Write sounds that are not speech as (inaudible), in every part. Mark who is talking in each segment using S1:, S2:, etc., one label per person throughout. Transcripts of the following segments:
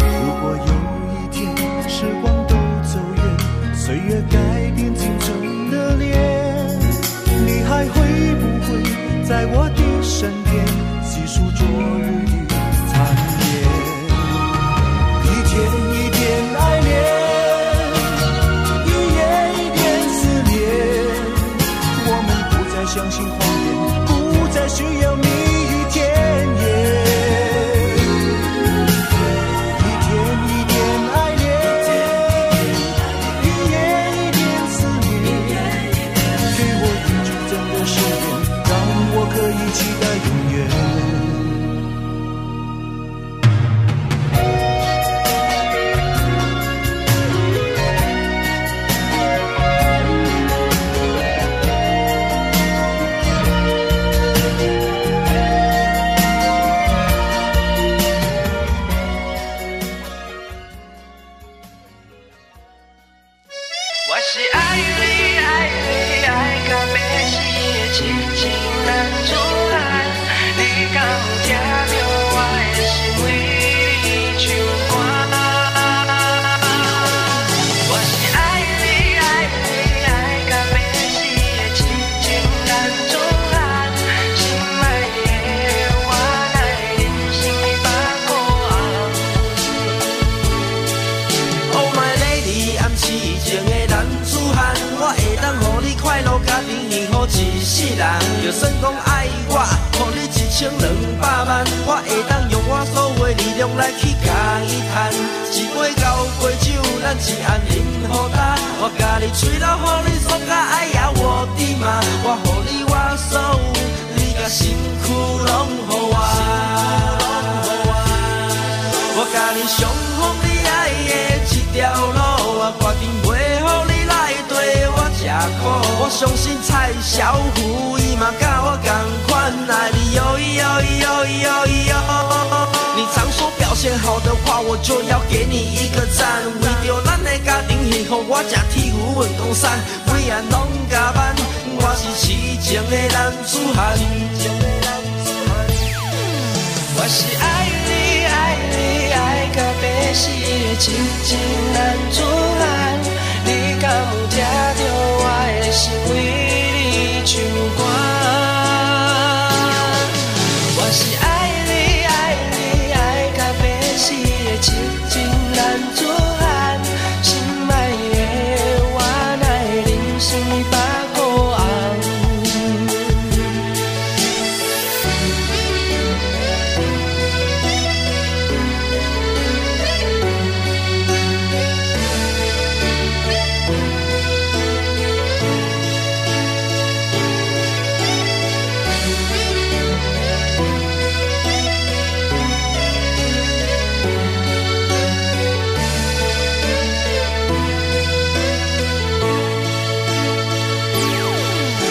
S1: 如果有一天时光都走远，岁月改变青春的脸，你还会不会在我的身边细数昨日的残烟？一天一点爱恋，一夜一点思念。我们不再相信谎言，不再需要蜜语甜言。一天一点爱恋，一夜一点思念，给我一句真的誓言，让我可以期待永远。
S2: 我是爱你，爱你，爱到要死的痴情男子汉，你敢有听到我的心为你唱歌？我是爱你，爱你，爱到要死的痴情男子汉，心爱的我，咱的人生百苦红。
S3: Oh my lady，暗示情的男子汉，我会当互你快乐家庭幸福一世人。就算讲爱我，互你一千两百万，我会当用我所有的力量来去甲伊赚。一杯交杯酒，咱一暗饮好干，我甲你吹到，互你爽甲哎呀我的妈，我互你我所有，你甲身躯拢互我。我甲你上好你爱的一条路，我决定袂予你来对我吃苦。我相信蔡小虎伊嘛甲我同款爱你哟哟哟哟哟。你常说表现好的话，我就要给你一个赞。为着咱的家庭幸福，我吃铁牛运江山，每晚拢加班。我是痴情的男子汉。
S2: 我是爱你，爱你，爱到要死的痴情男子汉，你敢有听到我的心为你唱歌？我是爱你，爱你，爱到要死的痴情男子汉，心爱的我，咱的人生百苦红。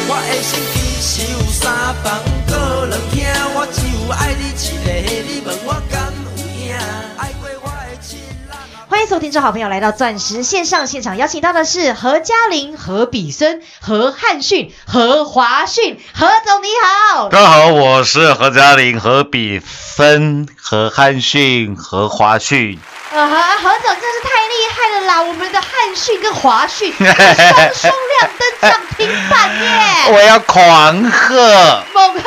S3: 我的心其实有三房个两厅，我只有爱你一个，你问我敢有影？爱过我的亲人。
S4: 欢迎收听，众好朋友来到钻石线上现场，邀请到的是何嘉玲、何比森、何汉逊、何华逊，何总你好。
S5: 大家好，我是何嘉玲、何比森、何汉逊、何华逊。
S4: 啊哈，何总真是太厉害了啦！我们的汉逊跟华逊双双亮灯涨停板耶，
S5: 我要狂贺
S4: 猛贺！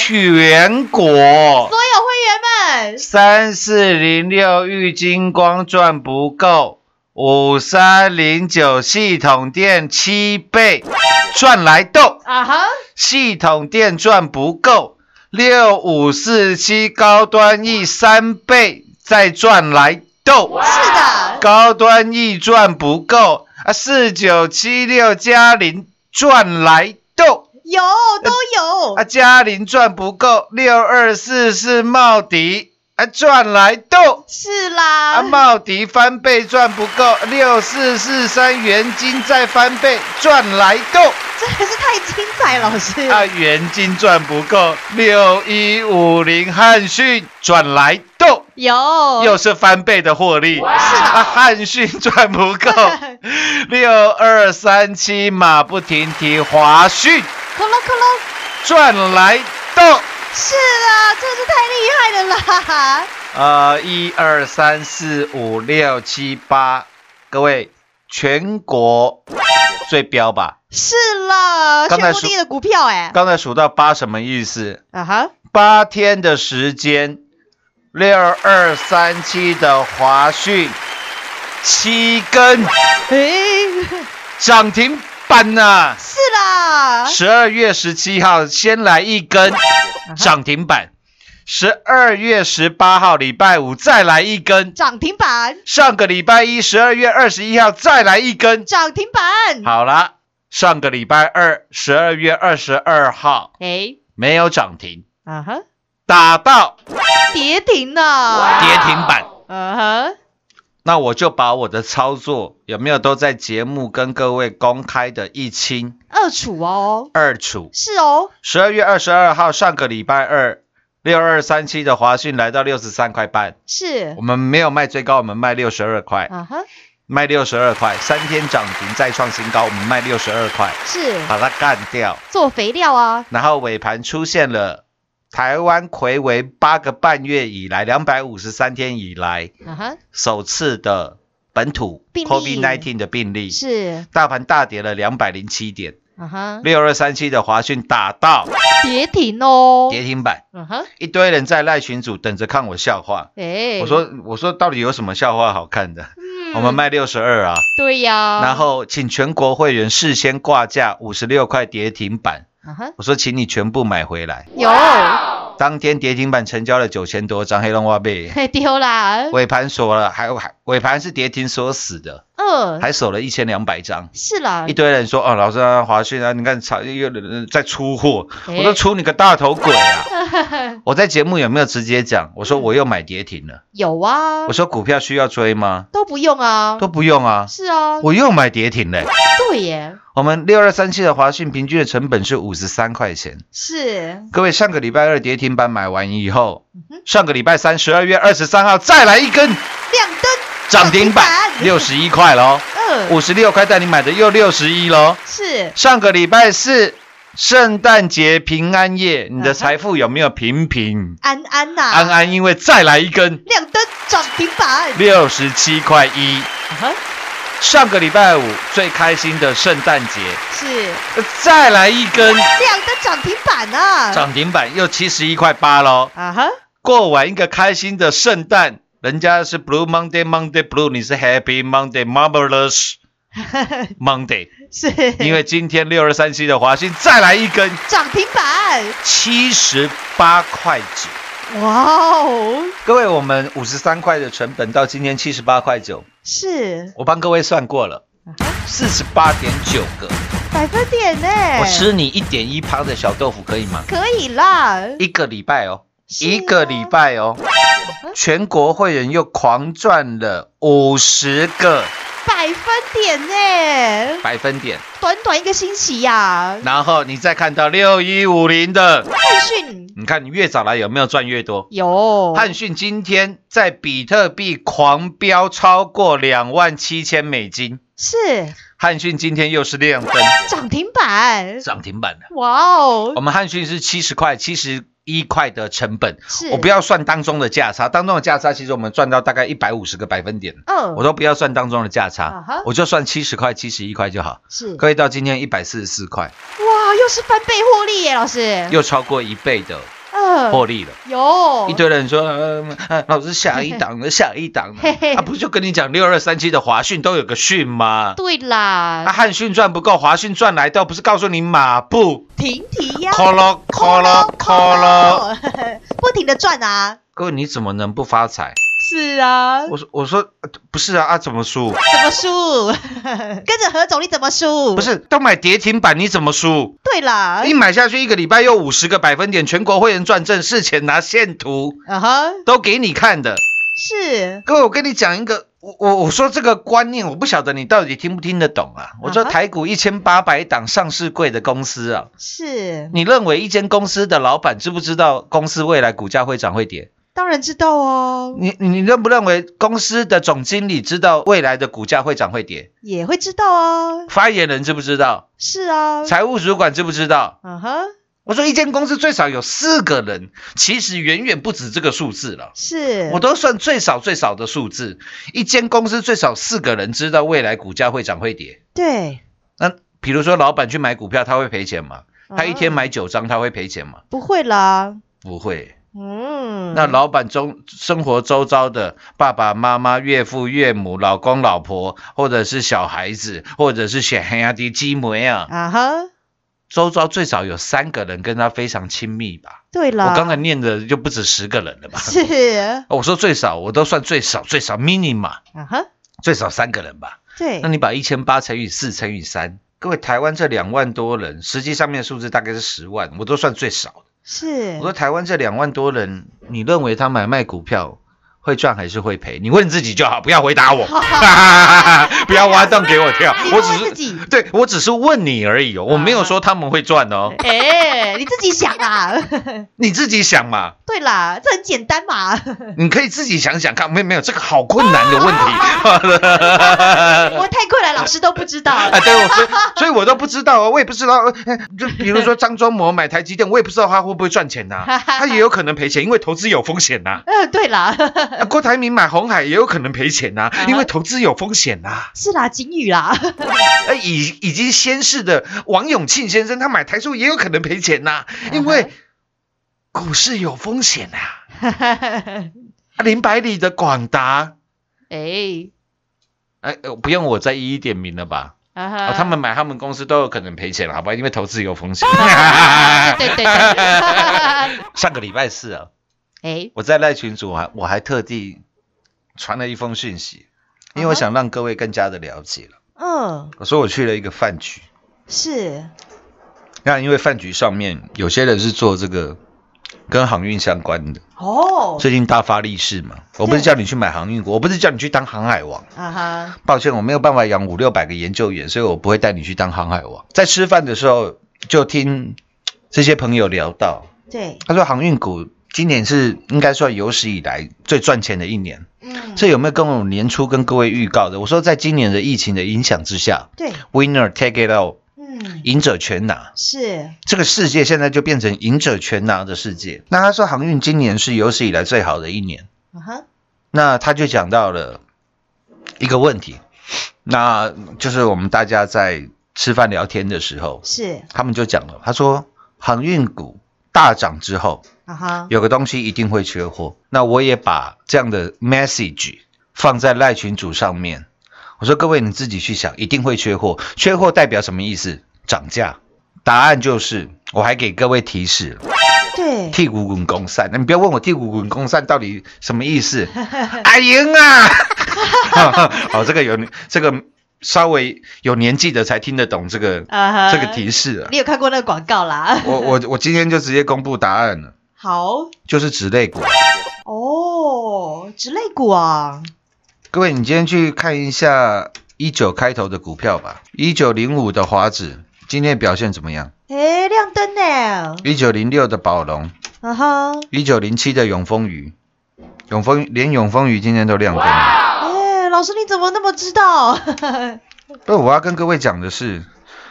S5: 全国
S4: 所有会员们，
S5: 三四零六玉金光赚不够，五三零九系统店七倍赚来豆，
S4: 啊哈，
S5: 系统店赚不够，六五四七高端 E 三倍再赚来豆。
S4: 是
S5: (laughs)
S4: 的，
S5: 高端易赚不够啊，四九七六嘉玲赚来啊豆
S4: 有都有
S5: (laughs) 啊，嘉玲赚不够，六二四四茂迪啊，赚来豆。
S4: 是啦，
S5: 啊，茂迪翻倍赚不够，六四四三元金再翻倍赚来豆。
S4: 真的是太精彩，老师。
S5: 啊，元金赚不够，六一五零汉讯转来豆，
S4: 有
S5: 又是翻倍的获利。
S4: 哦是的
S5: 啊，汉讯赚不够，六二三七马不停蹄华讯
S4: 咕噜咕噜，
S5: 转来豆。
S4: 是啦，真的是太厉害了啦。
S5: 呃，一二三四五六七八，各位全国最标吧。
S4: 是啦，
S5: 刚才
S4: 全国
S5: 说
S4: 第一的股票哎、
S5: 刚才数到八什么意思？
S4: 啊哈，
S5: 八天的时间，六二三七的华讯七根
S4: 诶、
S5: 涨停板啊呐、
S4: 是啦，
S5: 十二月十七号先来一根涨停板，十二月十八号礼拜五再来一根，
S4: 涨停板，
S5: 上个礼拜一十二月二十一号再来一根。
S4: 涨停板，
S5: 好啦，上个礼拜二十二月二十二号
S4: 诶、
S5: 没有涨停，
S4: 啊哈，
S5: 打到
S4: 跌停了，
S5: 跌停板。
S4: 啊哈，
S5: 那我就把我的操作有没有都在节目跟各位公开的一清
S4: 二楚哦，
S5: 二楚。
S4: 是哦，
S5: 十二月二十二号，上个礼拜二，六二三七的华讯来到六十三块半，
S4: 是
S5: (laughs) 我，们没有卖最高，我们卖六十二块，
S4: 啊哈，
S5: 卖六十二块，三天涨停再创新高，我们卖六十二块，
S4: 是
S5: 把它干掉。
S4: 做肥料啊，
S5: 然后尾盘出现了台湾魁为八个半月以来，两百五十三天以来
S4: 啊哈，
S5: 首次的本土
S4: 病例
S5: COVID-19 的病例。
S4: 是，
S5: 大盘大跌了两百零七点，
S4: 啊哈，
S5: 六二三七的华讯打到
S4: 跌停哦，
S5: 跌停板，
S4: 啊哈，
S5: 一堆人在赖群组等着看我笑话。
S4: 诶、
S5: 我说我说到底有什么笑话好看的？
S4: 嗯
S5: 我们卖六十二啊，
S4: 对呀、
S5: 然后请全国会员事先挂价五十六块跌停板。
S4: 啊哈，
S5: 我说，请你全部买回来。
S4: 有，
S5: 当天跌停板成交了九千多张黑龙花贝，
S4: 嘿丢啦，
S5: 尾盘锁了，还还尾盘是跌停锁死的，
S4: 嗯、
S5: 还锁了一千两百张。
S4: 是啦
S5: 一，堆人说哦，老师啊，华讯啊，你看炒又有人在出货，
S4: 哎
S5: 我都出你个大头鬼啊！
S4: (laughs)
S5: 我在节目有没有直接讲？我说我又买跌停了，
S4: 有啊
S5: 我，说股票需要追吗？
S4: 都不用啊，
S5: 都不用啊，
S4: 是啊，
S5: 我又买跌停嘞。
S4: 对耶，
S5: 我们六二三七的华讯平均的成本是五十三块钱，
S4: 是
S5: 各位上个礼拜二跌停板买完以后
S4: 哼，
S5: 上个礼拜三十二月二十三号再来一根
S4: 亮灯
S5: 涨停板，六十一块喽，
S4: 嗯、
S5: 五十六块带你买的又六十一喽。
S4: 是
S5: 上个礼拜四，圣诞节平安夜，你
S4: 嗯哼
S5: 的财富有没有平平
S4: 安安呐、啊
S5: 安安？因为再来一根
S4: 亮灯涨停板，
S5: 六十七块一。
S4: 啊哈，
S5: 上个礼拜五最开心的圣诞节，
S4: 是
S5: 呃再来一根
S4: 亮灯涨停板啊，
S5: 涨停板，又七十一块八喽。
S4: 啊哈，
S5: 过完一个开心的圣诞，人家是 Blue Monday Monday Blue，你是 Happy
S4: (laughs)
S5: Monday Marvelous Monday，
S4: 是
S5: 因为今天六二三七的华信再来一根
S4: 涨停板，
S5: 七十八块九。
S4: 哇哦，
S5: 各位，我们五十三块的成本到今天七十八块九，
S4: 是
S5: 我帮各位算过了，
S4: 啊
S5: 四十八点九个，
S4: 百分点呢、
S5: 我吃你一点一趴的小豆腐可以吗？
S4: 可以啦，
S5: 一个礼拜哦，
S4: 是啊
S5: 一个礼拜哦，全国会员又狂赚了五十个
S4: 百分点呢、
S5: 百分点，
S4: 短短一个星期呀、
S5: 然后你再看到六一五零的，
S4: 汉讯
S5: 你看你越早来有没有赚越多？
S4: 有
S5: 汉讯今天在比特币狂飙超过两万七千美金，
S4: 是
S5: 汉讯今天又是亮灯。
S4: 涨停板，
S5: 涨停板的。
S4: 哇
S5: 我
S4: 哦，
S5: 们汉讯是七十块、七十一块的成本，
S4: 是
S5: 我不要算当中的价差，当中的价差其实我们赚到大概一百五十个百分点，
S4: 嗯，
S5: 我都不要算当中的价
S4: 啊
S5: 差
S4: 哈，嗯
S5: 我就算七十块、七十一块就好。
S4: 是
S5: 各位到今天一百四十四块，
S4: 哇，又是翻倍获利耶，老师，
S5: 又超过一倍的
S4: 嗯、
S5: 获利了。
S4: 有
S5: 一堆人说，呃 (laughs) 呃老师下一档了，下一档了
S4: 嘿嘿，
S5: 啊，不就跟你讲六二三七的华讯都有个讯吗？
S4: 对
S5: 啊，
S4: 啦，
S5: 汉讯赚不够，华讯赚来到，不是告诉你马步，
S4: 停提呀、
S5: 咯咯咯咯咯咯。
S4: 咯，不停的转啊，
S5: 各位，你怎么能不发财？
S4: 是啊，
S5: 我说我说呃不是啊啊怎么输？
S4: 怎么输？跟着何总你怎么输？
S5: 不，是哎都买跌停板你怎么输？
S4: 对啦，
S5: 一买下去一个礼拜又五十个百分点，全国会员转正，事前拿线图
S4: 啊哈，
S5: 都给你看的。
S4: 是
S5: 各位，我跟你讲一个，我我我说这个观念，我不晓得你到底听不听得懂啊。我说
S4: 啊哈
S5: 台股一千八百档上市贵的公司啊，
S4: 是，
S5: 你认为一间公司的老板知不知道公司未来股价会涨会跌？
S4: 当然知道哦，
S5: 你你你认不认为公司的总经理知道未来的股价会涨会跌？
S4: 也会知道啊，
S5: 发言人知不知道？
S4: 是啊，
S5: 财务主管知不知道？
S4: 啊哈，
S5: 我说一间公司最少有四个人，其实远远不止这个数字了。
S4: 是，
S5: 我都算最少最少的数字，一间公司最少四个人知道未来股价会涨会跌。
S4: 对，
S5: 那比如说老板去买股票，他会赔钱吗？他一天
S4: 啊
S5: 买九张，他会赔钱吗？
S4: 不会啦，
S5: 不会。
S4: 嗯，
S5: 那老板中生活周遭的爸爸妈妈、岳父岳母、老公老婆，或者是小孩子，或者是小黑阿弟鸡梅啊，
S4: 啊哈，
S5: 周遭最少有三个人跟他非常亲密吧？
S4: 对啦，
S5: 我刚才念的就不止十个人了吧？
S4: 是
S5: (laughs) 我说最少，我都算最少最少 minima
S4: 啊哈，
S5: 最少三个人吧？
S4: 对
S5: 那，你把一千八乘以四乘以三，各位台湾这两万多人，实际上面数字大概是十万，我都算最少的。
S4: 是
S5: 我，说台湾这两万多人，你认为他买卖股票会赚还是会赔？你问自己就好，不要回答我， (laughs) 不要挖洞给我跳
S4: 你。
S5: 我
S4: 问
S5: 只
S4: 自
S5: 是
S4: 己
S5: 对我只是问你而已哦，我没有说他们会赚哦，
S4: 哎，你自己想啦，
S5: 你自己想嘛，
S4: (laughs) 对啦，这很简单嘛，
S5: 你可以自己想想看。没有没有，这个好困难的
S4: (laughs)
S5: 问题。
S4: 我太困难，老师都不知道，
S5: 啊，对，我所以所以我都不知道啊，我也不知道，呃就比如说张忠谋买台积电，我也不知道他会不会赚钱呐、他也有可能赔钱，因为投资有风险呐、
S4: 嗯， (laughs) 对啦， (laughs)
S5: 啊郭台铭买红海也有可能赔钱呐、
S4: 啊
S5: 因为投资有风险呐、
S4: 是啦，警语啦， (laughs)
S5: 呃，已已经先逝的王永庆先生，他买台塑也有可能赔钱
S4: 啊
S5: 呐、因为股市有风险呐、啊。林百里的广达，
S4: 哎，
S5: 哎、呃不用我再一一点名了吧？
S4: 啊
S5: 哦
S4: 哈，
S5: 他们买他们公司都有可能赔钱，好吧？因为投资有风险。
S4: 啊对对对
S5: (laughs) 上个礼拜四啊，
S4: 哎，
S5: 我在赖群组我还我还特地传了一封讯息，因
S4: 啊
S5: 为我想让各位更加的了解了。
S4: 嗯，
S5: 我说我去了一个饭局，
S4: 是，
S5: 那因为饭局上面有些人是做这个跟航运相关的，
S4: 哦，
S5: 最近大发利市嘛。我不是叫你去买航运股，我不是叫你去当航海王。
S4: 啊哈，
S5: 抱歉，我没有办法养五六百个研究员，所以我不会带你去当航海王。在吃饭的时候，就听这些朋友聊到，
S4: 对，
S5: 他说航运股今年是应该算有史以来最赚钱的一年。
S4: 嗯，
S5: 这有没有跟我年初跟各位预告的？我说，在今年的疫情的影响之下
S4: 对，
S5: ，winner take it all，
S4: 嗯，
S5: 赢者全拿。
S4: 是，
S5: 这个世界现在就变成赢者全拿的世界。那他说航运今年是有史以来最好的一年，
S4: 啊哈，
S5: 那他就讲到了一个问题，那就是我们大家在吃饭聊天的时候，
S4: 是，
S5: 他们就讲了，他说航运股大涨之后，
S4: 啊哈，
S5: 有个东西一定会缺货。那我也把这样的 message 放在赖群组上面，我说各位你自己去想，一定会缺货。缺货代表什么意思？涨价。答案就是，我还给各位提示，
S4: 对，
S5: 剔骨滚弓散。你不要问我剔骨滚弓散到底什么
S4: (laughs)
S5: 意思，阿英啊， (laughs) 哦，这个有这个稍微有年纪的才听得懂这个、
S4: 啊哈，
S5: 这个提示啊。
S4: 你有看过那个广告啦？ (laughs)
S5: 我我我今天就直接公布答案了，
S4: 好，
S5: 就是指类股。
S4: 哦，直肋骨啊，
S5: 各位，你今天去看一下一九开头的股票吧，一九零五的华指今天表现怎么样？
S4: 哎，亮灯呢，
S5: 一九零六的宝龙，
S4: 啊哈，
S5: 一九零七的永丰鱼，永丰连永丰鱼今天都亮灯了。
S4: 哎，老师你怎么那么知道？ (laughs)
S5: 不，我要跟各位讲的是，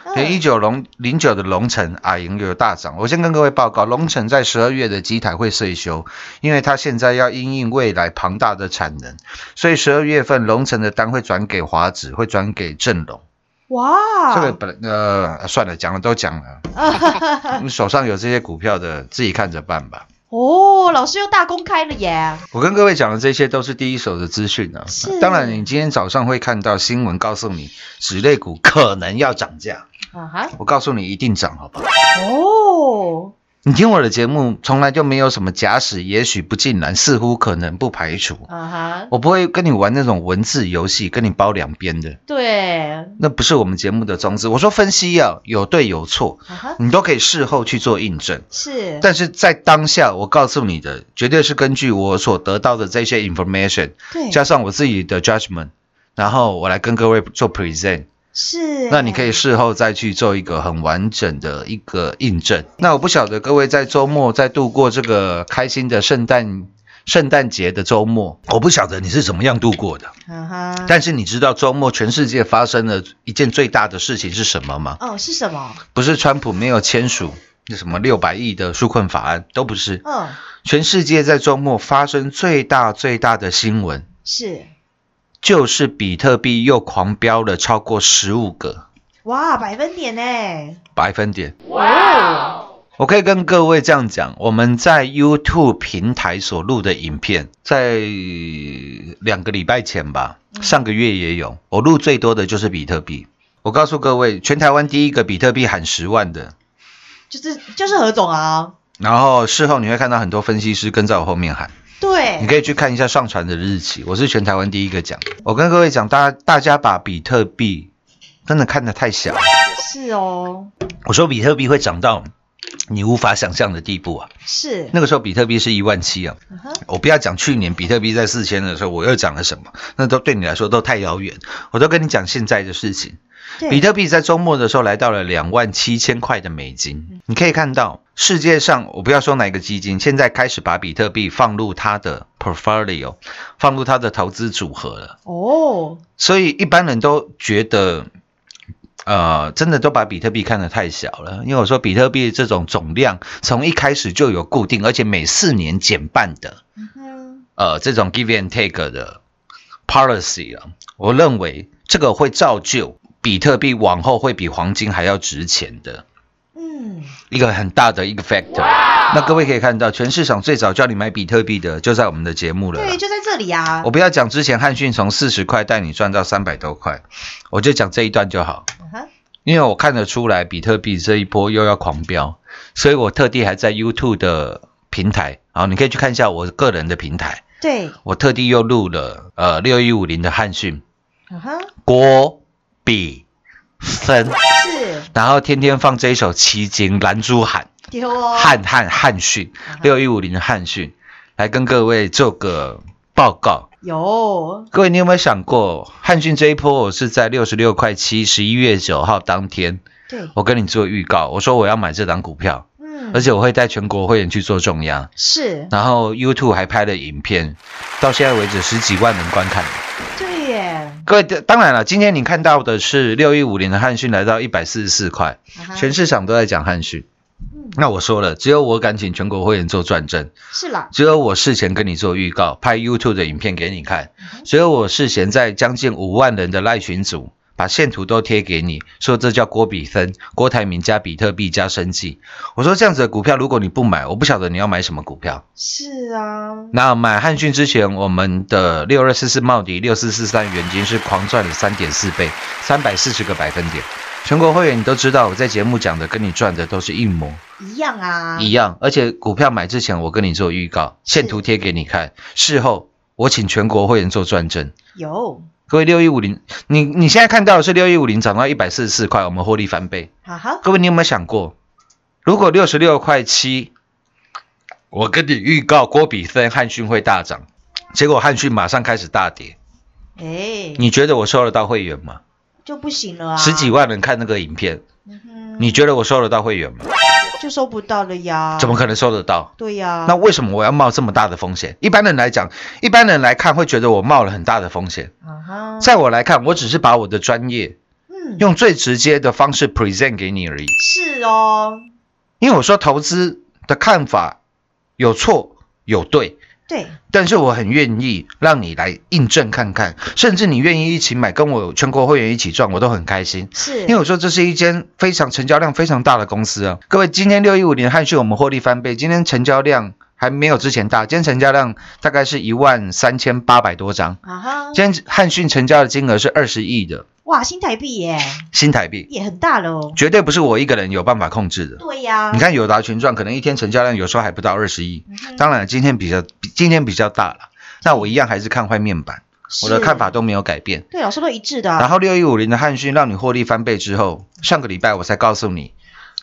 S4: 嗯
S5: 连一九龙零九的龙城啊，也有大涨。我先跟各位报告，龙城在十二月的机台会税修，因为它现在要因应未来庞大的产能，所以十二月份龙城的单会转给华指，会转给正隆。
S4: 哇，
S5: 这个本来呃算了，讲了都讲了，你手上有这些股票的，自己看着办吧。
S4: 哦，老师又大公开了耶，
S5: 我跟各位讲的这些都是第一手的资讯啊
S4: 是。
S5: 当然，你今天早上会看到新闻告诉你，纸类股可能要涨价。
S4: 啊哈，
S5: 我告诉你，一定涨，好不好？
S4: 哦，
S5: 你听我的节目，从来就没有什么假使、也许、不尽然、似乎、可能、不排除。
S4: 啊哈，
S5: 我不会跟你玩那种文字游戏，跟你包两边的，
S4: 对，啊
S5: 那不是我们节目的宗旨。我说分析要、有对有错，
S4: 啊哈，
S5: 你都可以事后去做印证。
S4: 是，
S5: 但是在当下，我告诉你的绝对是根据我所得到的这些 information，
S4: 对，
S5: 加上我自己的 judgment，然后我来跟各位做 present。
S4: 是，
S5: 那你可以事后再去做一个很完整的一个印证。那我不晓得各位在周末在度过这个开心的圣诞圣诞节的周末，我不晓得你是怎么样度过的。
S4: 啊哈，
S5: 但是你知道周末全世界发生了一件最大的事情是什么吗？
S4: 哦，是什么？
S5: 不是川普没有签署那什么六百亿的纾困法案，都不是。
S4: 嗯，
S5: 全世界在周末发生最大最大的新闻，
S4: 是，
S5: 就是比特币又狂飙了超过十五个
S4: 哇，百分点呢？
S5: 百分点。我可以跟各位这样讲，我们在 YouTube 平台所录的影片，在两个礼拜前吧，上个月也有，我录最多的就是比特币。我告诉各位，全台湾第一个比特币喊十万的，
S4: 就是就是何总啊，
S5: 然后事后你会看到很多分析师跟在我后面喊。你
S4: 对，
S5: 可以去看一下上传的日期，我是全台湾第一个讲。我跟各位讲，大大家把比特币真的看得太小。
S4: 是哦，
S5: 我说比特币会涨到你无法想象的地步啊！
S4: 是，
S5: 那个时候比特币是一万七啊，
S4: 嗯哼，
S5: 我不要讲去年比特币在四千的时候我又讲了什么，那都对你来说都太遥远。我都跟你讲现在的事情。
S4: 对，
S5: 比特币在周末的时候来到了两万七千块的美金。你可以看到，世界上我不要说哪个基金，现在开始把比特币放入它的 portfolio，放入它的投资组合了。
S4: 哦，
S5: 所以一般人都觉得，呃，真的都把比特币看得太小了。因为我说比特币这种总量从一开始就有固定，而且每四年减半的，
S4: 嗯哼，
S5: 呃，这种 give and take 的 policy 啊，我认为这个会造就比特币往后会比黄金还要值钱的
S4: 嗯，
S5: 一个很大的一个 factor。那各位可以看到，全市场最早叫你买比特币的，就在我们的节目了哦啦。
S4: 对，就在这里啊
S5: 我，不要讲之前汉逊从四十块带你赚到三百多块，我就讲这一段就好，
S4: 嗯哼，
S5: 因为我看得出来比特币这一波又要狂飙，所以我特地还在 YouTube 的平台，好，你可以去看一下我个人的平台，
S4: 对，
S5: 我特地又录了呃六一五零的汉逊
S4: 嗯哼，
S5: 郭比分，
S4: 是，
S5: 然后天天放这一首《奇经》蓝珠喊
S4: 丢哦，
S5: 汉汉汉逊六一五零的汉逊，来跟各位做个报告。
S4: 有，哦
S5: 各位，你有没有想过汉逊这一波，我是在六十六块七，十一月九号当天，
S4: 对，
S5: 我跟你做预告，我说我要买这档股票，
S4: 嗯，
S5: 而且我会带全国会员去做重压，
S4: 是，
S5: 然后 YouTube 还拍了影片，到现在为止十几万人观看。
S4: 对耶，
S5: 各位，当然了，今天你看到的是六一五零的汉逊来到一百四十四块，
S4: 嗯哼
S5: 全市场都在讲汉逊。那我说了，只有我敢请全国会员做转正，
S4: 是啦，
S5: 只有我事前跟你做预告，拍 YouTube 的影片给你看，只有我事前在将近五万人的赖群组把线图都贴给你，说这叫郭比森、郭台铭加比特币加生计。我说这样子的股票，如果你不买，我不晓得你要买什么股票。
S4: 是啊，
S5: 那买汉讯之前，我们的六二四四茂迪、六四四三元金是狂赚了三点四倍，三百四十个百分点。全国会员你都知道，我在节目讲的跟你赚的都是一模
S4: 一样啊，
S5: 一样，而且股票买之前我跟你做预告，线图贴给你看，事后我请全国会员做转正。
S4: 有，
S5: 各位六一五零，你你现在看到的是六一五零涨到一百四十四块，我们获利翻倍。
S4: 哈哈，
S5: 各位，你有没有想过，如果六十六块七，我跟你预告郭比森汉逊会大涨，结果汉逊马上开始大跌，
S4: 哎，
S5: 你觉得我收得到会员吗？
S4: 就不行了啊，
S5: 十几万人看那个影片，
S4: 嗯哼，
S5: 你觉得我收得到会员吗？
S4: 就收不到了呀，
S5: 怎么？可能收得到？
S4: 对呀，
S5: 那为什么我要冒这么大的风险？一般人来讲，一般人来看会觉得我冒了很大的风险。
S4: 啊哈，
S5: 在我来看，我只是把我的专业
S4: 嗯，
S5: 用最直接的方式 present 给你而已。
S4: 是哦，
S5: 因为我说投资的看法有错有对，
S4: 对，
S5: 但是我很愿意让你来印证看看，甚至你愿意一起买，跟我全国会员一起赚，我都很开心。
S4: 是，
S5: 因为我说这是一间非常成交量非常大的公司啊。各位，今天六一五年汉讯我们获利翻倍，今天成交量还没有之前大，今天成交量大概是一万三千八百多张，
S4: 啊哈，
S5: 今天汉讯成交的金额是二十亿的，
S4: 哇，新台币耶，
S5: 新台币
S4: 也很大喽。
S5: 绝对不是我一个人有办法控制的。
S4: 对呀、嗯
S5: 你看友达群赚，可能一天成交量有时候还不到二十亿，当然今天比较比今天比较大了，那我一样还是看坏面板，我的
S4: 是
S5: 看法都没有改变。
S4: 对老师都一致的啊、
S5: 然后六一五零的汉讯让你获利翻倍之后，上个礼拜我才告诉你，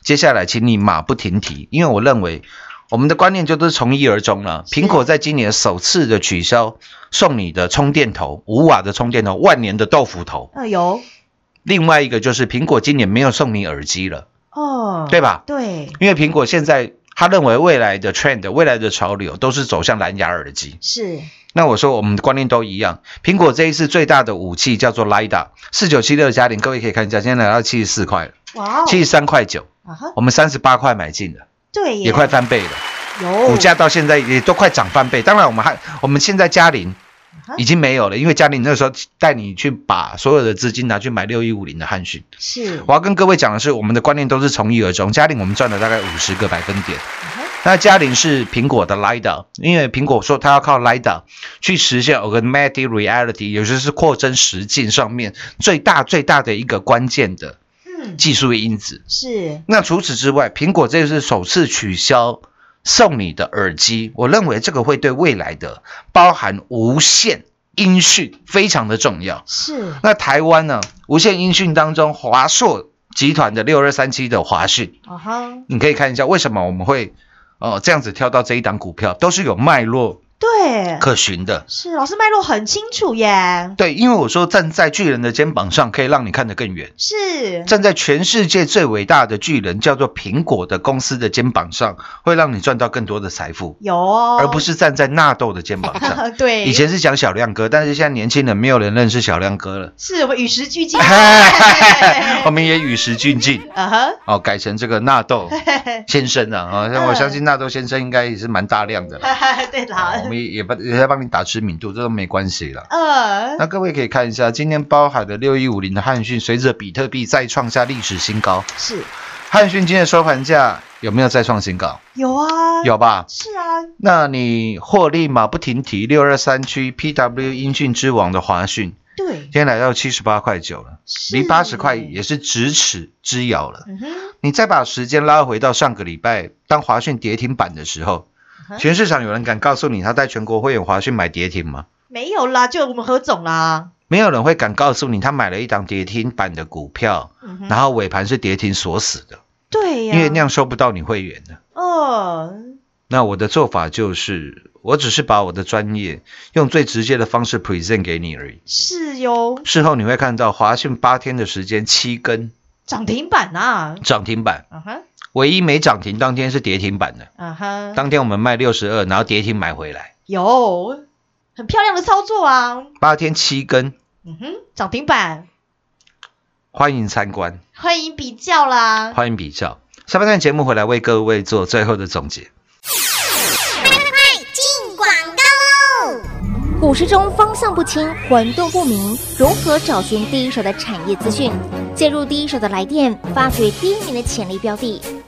S5: 接下来请你马不停蹄，因为我认为我们的观念就都是从一而终了。苹果在今年首次的取消送你的充电头，五瓦的充电头，万年的豆腐头。
S4: 呃有
S5: 另外一个就是苹果今年没有送你耳机了，
S4: 哦，
S5: 对吧？
S4: 对
S5: 因为苹果现在他认为未来的 trend、未来的潮流都是走向蓝牙耳机。
S4: 是
S5: 那我说我们的观念都一样，苹果这一次最大的武器叫做 LiDAR，四九七六加零，各位可以看一下，现在来到七十四块了，
S4: 哇哦，
S5: 七十三块九，
S4: 啊哈，
S5: 我们三十八块买进的，
S4: 对耶，
S5: 也快翻倍了，
S4: 有
S5: 股价到现在也都快涨翻倍。当然，我们还我们现在嘉零
S4: 哈
S5: 已经没有了，因为嘉零那时候带你去把所有的资金拿去买六一五零的汉讯。
S4: 是
S5: 我要跟各位讲的是，我们的观念都是从一而终。嘉玲我们赚了大概五十个百分点
S4: 哼，
S5: 那嘉玲是苹果的 LiDAR，因为苹果说它要靠 LiDAR 去实现 augmented reality，也就是扩增实境上面最大最大的一个关键的
S4: 嗯
S5: 技术因子。
S4: 是
S5: 那除此之外，苹果这次首次取消送你的耳机，我认为这个会对未来的包含无线音讯非常的重要。
S4: 是
S5: 那台湾呢？无线音讯当中，华硕集团的六二三七的华讯，
S4: 啊哈，
S5: 你可以看一下为什么我们会哦、呃这样子跳到这一档股票，都是有脉络
S4: 对，
S5: 可循的。
S4: 是老师脉络很清楚耶，
S5: 对，因为我说站在巨人的肩膀上，可以让你看得更远。
S4: 是
S5: 站在全世界最伟大的巨人，叫做苹果的公司的肩膀上，会让你赚到更多的财富，
S4: 有哦，啊
S5: 而不是站在纳豆的肩膀上。
S4: (laughs) 对，
S5: 以前是讲小亮哥，但是现在年轻人没有人认识小亮哥
S4: (laughs)
S5: 了
S4: 是我们与时俱
S5: (laughs)
S4: 进，
S5: 我们也与时俱进。
S4: 啊哈，
S5: 哦，改成这个纳豆先生啊，啊、那我相信纳豆先生应该也是蛮大量的啦、
S4: (laughs) 对
S5: 啊
S4: 啦
S5: 我，们也也帮也在帮你打知名度，这都没关系了。
S4: 呃，
S5: 那各位可以看一下，今天包含的六一五零的汉讯，随着比特币再创下历史新高，
S4: 是
S5: 汉讯今天的收盘价有没有再创新高？
S4: 有啊，
S5: 有吧？
S4: 是啊，
S5: 那你获利马不停蹄，六二三区 PW 音讯之王的华讯，
S4: 对
S5: 今，天来到七十八块九了，
S4: 是
S5: 离八十块也是咫尺之遥了。
S4: 嗯哼，
S5: 你再把时间拉回到上个礼拜，当华讯跌停板的时候
S4: 嗯哼，
S5: 全市场有人敢告诉你他在全国会员华讯买跌停吗？
S4: 没有啦，就我们何总啦，
S5: 没有人会敢告诉你他买了一档跌停板的股票，
S4: 嗯哼，
S5: 然后尾盘是跌停锁死的，
S4: 对呀，
S5: 因为那样收不到你会员的。
S4: 哦，
S5: 那我的做法就是，我只是把我的专业用最直接的方式 present 给你而已。
S4: 是哟，
S5: 事后你会看到华讯八天的时间七根
S4: 涨停板呐，
S5: 涨停板，
S4: 啊哈，
S5: 唯一没涨停当天是跌停板的。
S4: 啊哈，
S5: 当天我们卖六十二，然后跌停买回来。
S4: 有，很漂亮的操作啊，
S5: 八天七根，
S4: 嗯哼，涨停板，
S5: 欢迎参观，
S4: 欢迎比较啦，
S5: 欢迎比较。下半段节目回来为各位做最后的总结。
S6: 进广告喽！股市中方向不清、混沌不明，如何找寻第一手的产业资讯？介入第一手的来电，发掘第一名的潜力标的，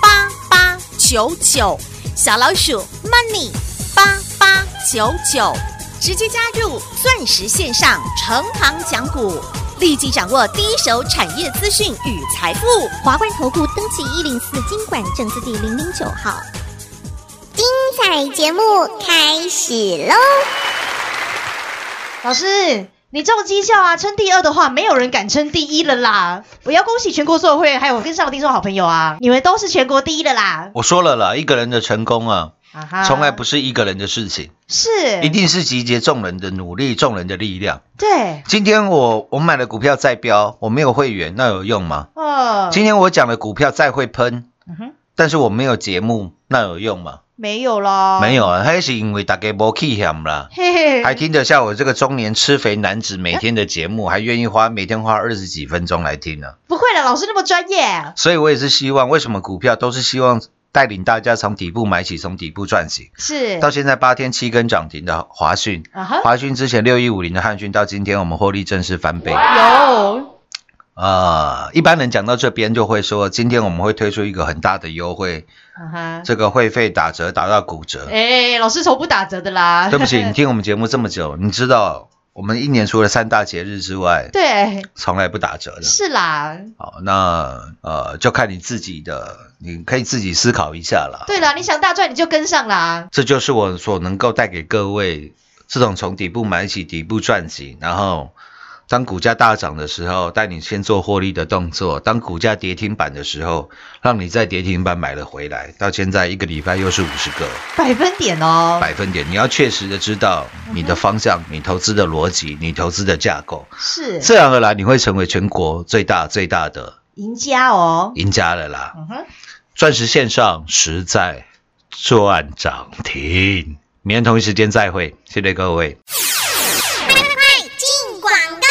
S6: 八八九九，小老鼠 Money 八八九九，直接加入钻石线上成行讲股，立即掌握第一手产业资讯与财富。华冠投顾登记一零四经管证字第零零九号。彩节目开始喽！
S4: 老师。你中绩效啊，称第二的话，没有人敢称第一了啦！我要恭喜全国所有会员，还有我跟上的听众好朋友啊，你们都是全国第一的啦！
S5: 我说了啦，一个人的成功啊，
S4: 啊哈，
S5: 从来不是一个人的事情，
S4: 是，
S5: 一定是集结众人的努力、众人的力量。
S4: 对，
S5: 今天我我买了股票再标，我没有会员，那有用吗？
S4: 呃，
S5: 今天我讲的股票再会喷，
S4: 嗯哼，
S5: 但是我没有节目，那有用吗？
S4: 没有啦，
S5: 没
S4: 有，
S5: 有啊，那是因为大家没气嫌啦。
S4: 嘿嘿，
S5: 还听得下我这个中年吃肥男子每天的节目，还愿意花每天花二十几分钟来听呢、
S4: 不会了，老师那么专业，
S5: 所以我也是希望，为什么股票都是希望带领大家从底部买起，从底部赚起。
S4: 是，
S5: 到现在八天七根涨停的华讯，
S4: 啊哈，
S5: 华讯之前六一五零的汉讯，到今天我们获利正式翻倍。
S4: 有，
S5: 呃，一般人讲到这边就会说，今天我们会推出一个很大的优惠，
S4: 啊哈，
S5: 这个会费打折打到
S4: (laughs)
S5: 骨折。
S4: 哎，老师从不打折的啦，
S5: 对不起，你听我们节目这么久，你知道我们一年除了三大节日之外，
S4: (laughs) 对，
S5: 从来不打折的。
S4: 是啦，
S5: 好，那呃，就看你自己的，你可以自己思考一下啦。
S4: 对啦，你想大赚你就跟上啦，
S5: 这就是我所能够带给各位这种从底部买起、底部赚起，然后当股价大涨的时候，带你先做获利的动作；当股价跌停板的时候，让你在跌停板买了回来。到现在一个礼拜又是五十个
S4: 百分点哦，
S5: 百分点，你要确实的知道你的方向、你投资的逻辑、你投资的架构，
S4: 是
S5: 自然而然你会成为全国最大最大的
S4: 赢家哦，
S5: 赢家了啦。
S4: 嗯哼，
S5: 钻石线上实在赚涨停。明天同一时间再会，谢谢各位。
S6: 进广告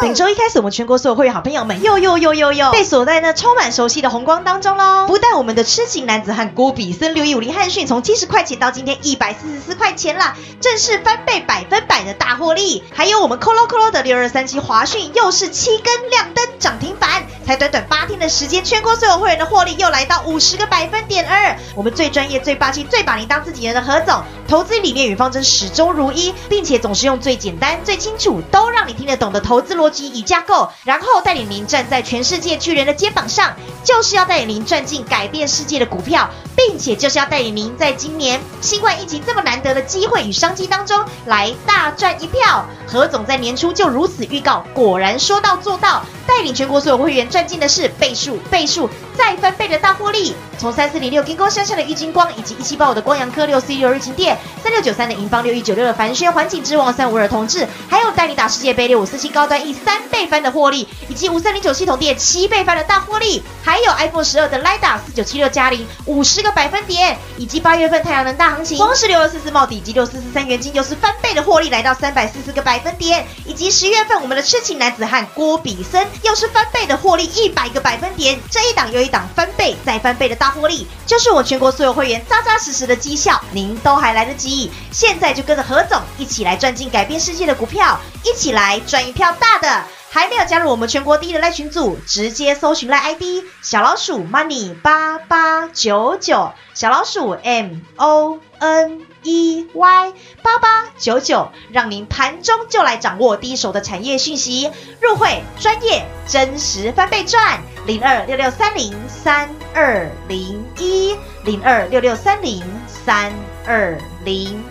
S4: 本周一开始，我们全国所有会员好朋友们，又又又又又被锁在那充满熟悉的红光当中喽！不但我们的痴情男子汉郭比森六一五零汉逊从七十块钱到今天一百四十四块钱啦，正式翻倍百分百的大获利！还有我们 Colo Colo 的六二三七华讯又是七根亮灯涨停板，才短短八天的时间，全国所有会员的获利又来到五十个百分点二。我们最专业、最霸气、最把您当自己人的何总，投资理念与方针始终如一，并且总是用最简单、最清楚、都让你听得懂的投资逻辑与架构，然后带领您站在全世界巨人的肩膀上，就是要带领您赚进改变世界的股票，并且就是要带领您在今年新冠疫情这么难得的机会与商机当中来大赚一票。何总在年初就如此预告，果然说到做到，带领全国所有会员赚进的是倍数、倍数再翻倍的大获利。从三四零六金光山下的郁金光，以及一七八五的光阳科六四一六日晴店，三六九三的银邦六一九六的凡轩环境之王三五二同志，还有带你打世界杯六五四七高端 E 三倍翻的获利，以及五三零九系统店七倍翻的大获利，还有 iPhone 十二的 Lida 四九七六加零五十个百分点，以及八月份太阳能大行情，光是六二四四帽底以及六四四三元金又是翻倍的获利，来到三百四十个百分点，以及十月份我们的痴情男子汉郭比森又是翻倍的获利一百个百分点，这一档又一档翻倍再翻倍的大获利，就是我全国所有会员扎扎实实的绩效，您都还来得及，现在就跟着何总一起来赚进改变世界的股票，一起来赚一票大的。还没有加入我们全国第一的赖群组，直接搜寻赖 ID 小老鼠 money 八八九九，小老鼠 m o n e y 八八九九，让您盘中就来掌握第一手的产业讯息，入会专业真实翻倍赚，零二六六三零三二零一，零二六六三零三二零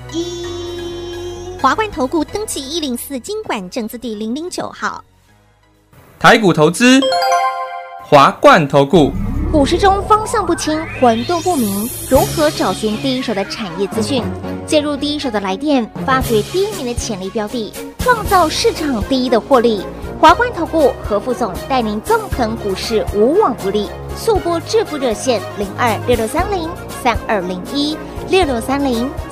S4: 一。
S6: 华冠投顾登记一零四经管证字第零零九号。
S7: 台股投资，华冠投顾，
S6: 股市中方向不清、混沌不明，如何找寻第一手的产业资讯？介入第一手的来电，发掘第一名的潜力标的，创造市场第一的获利。华冠投顾何副总带领纵横股市，无往不利。速播致富热线零二六六三零三二零一六六三零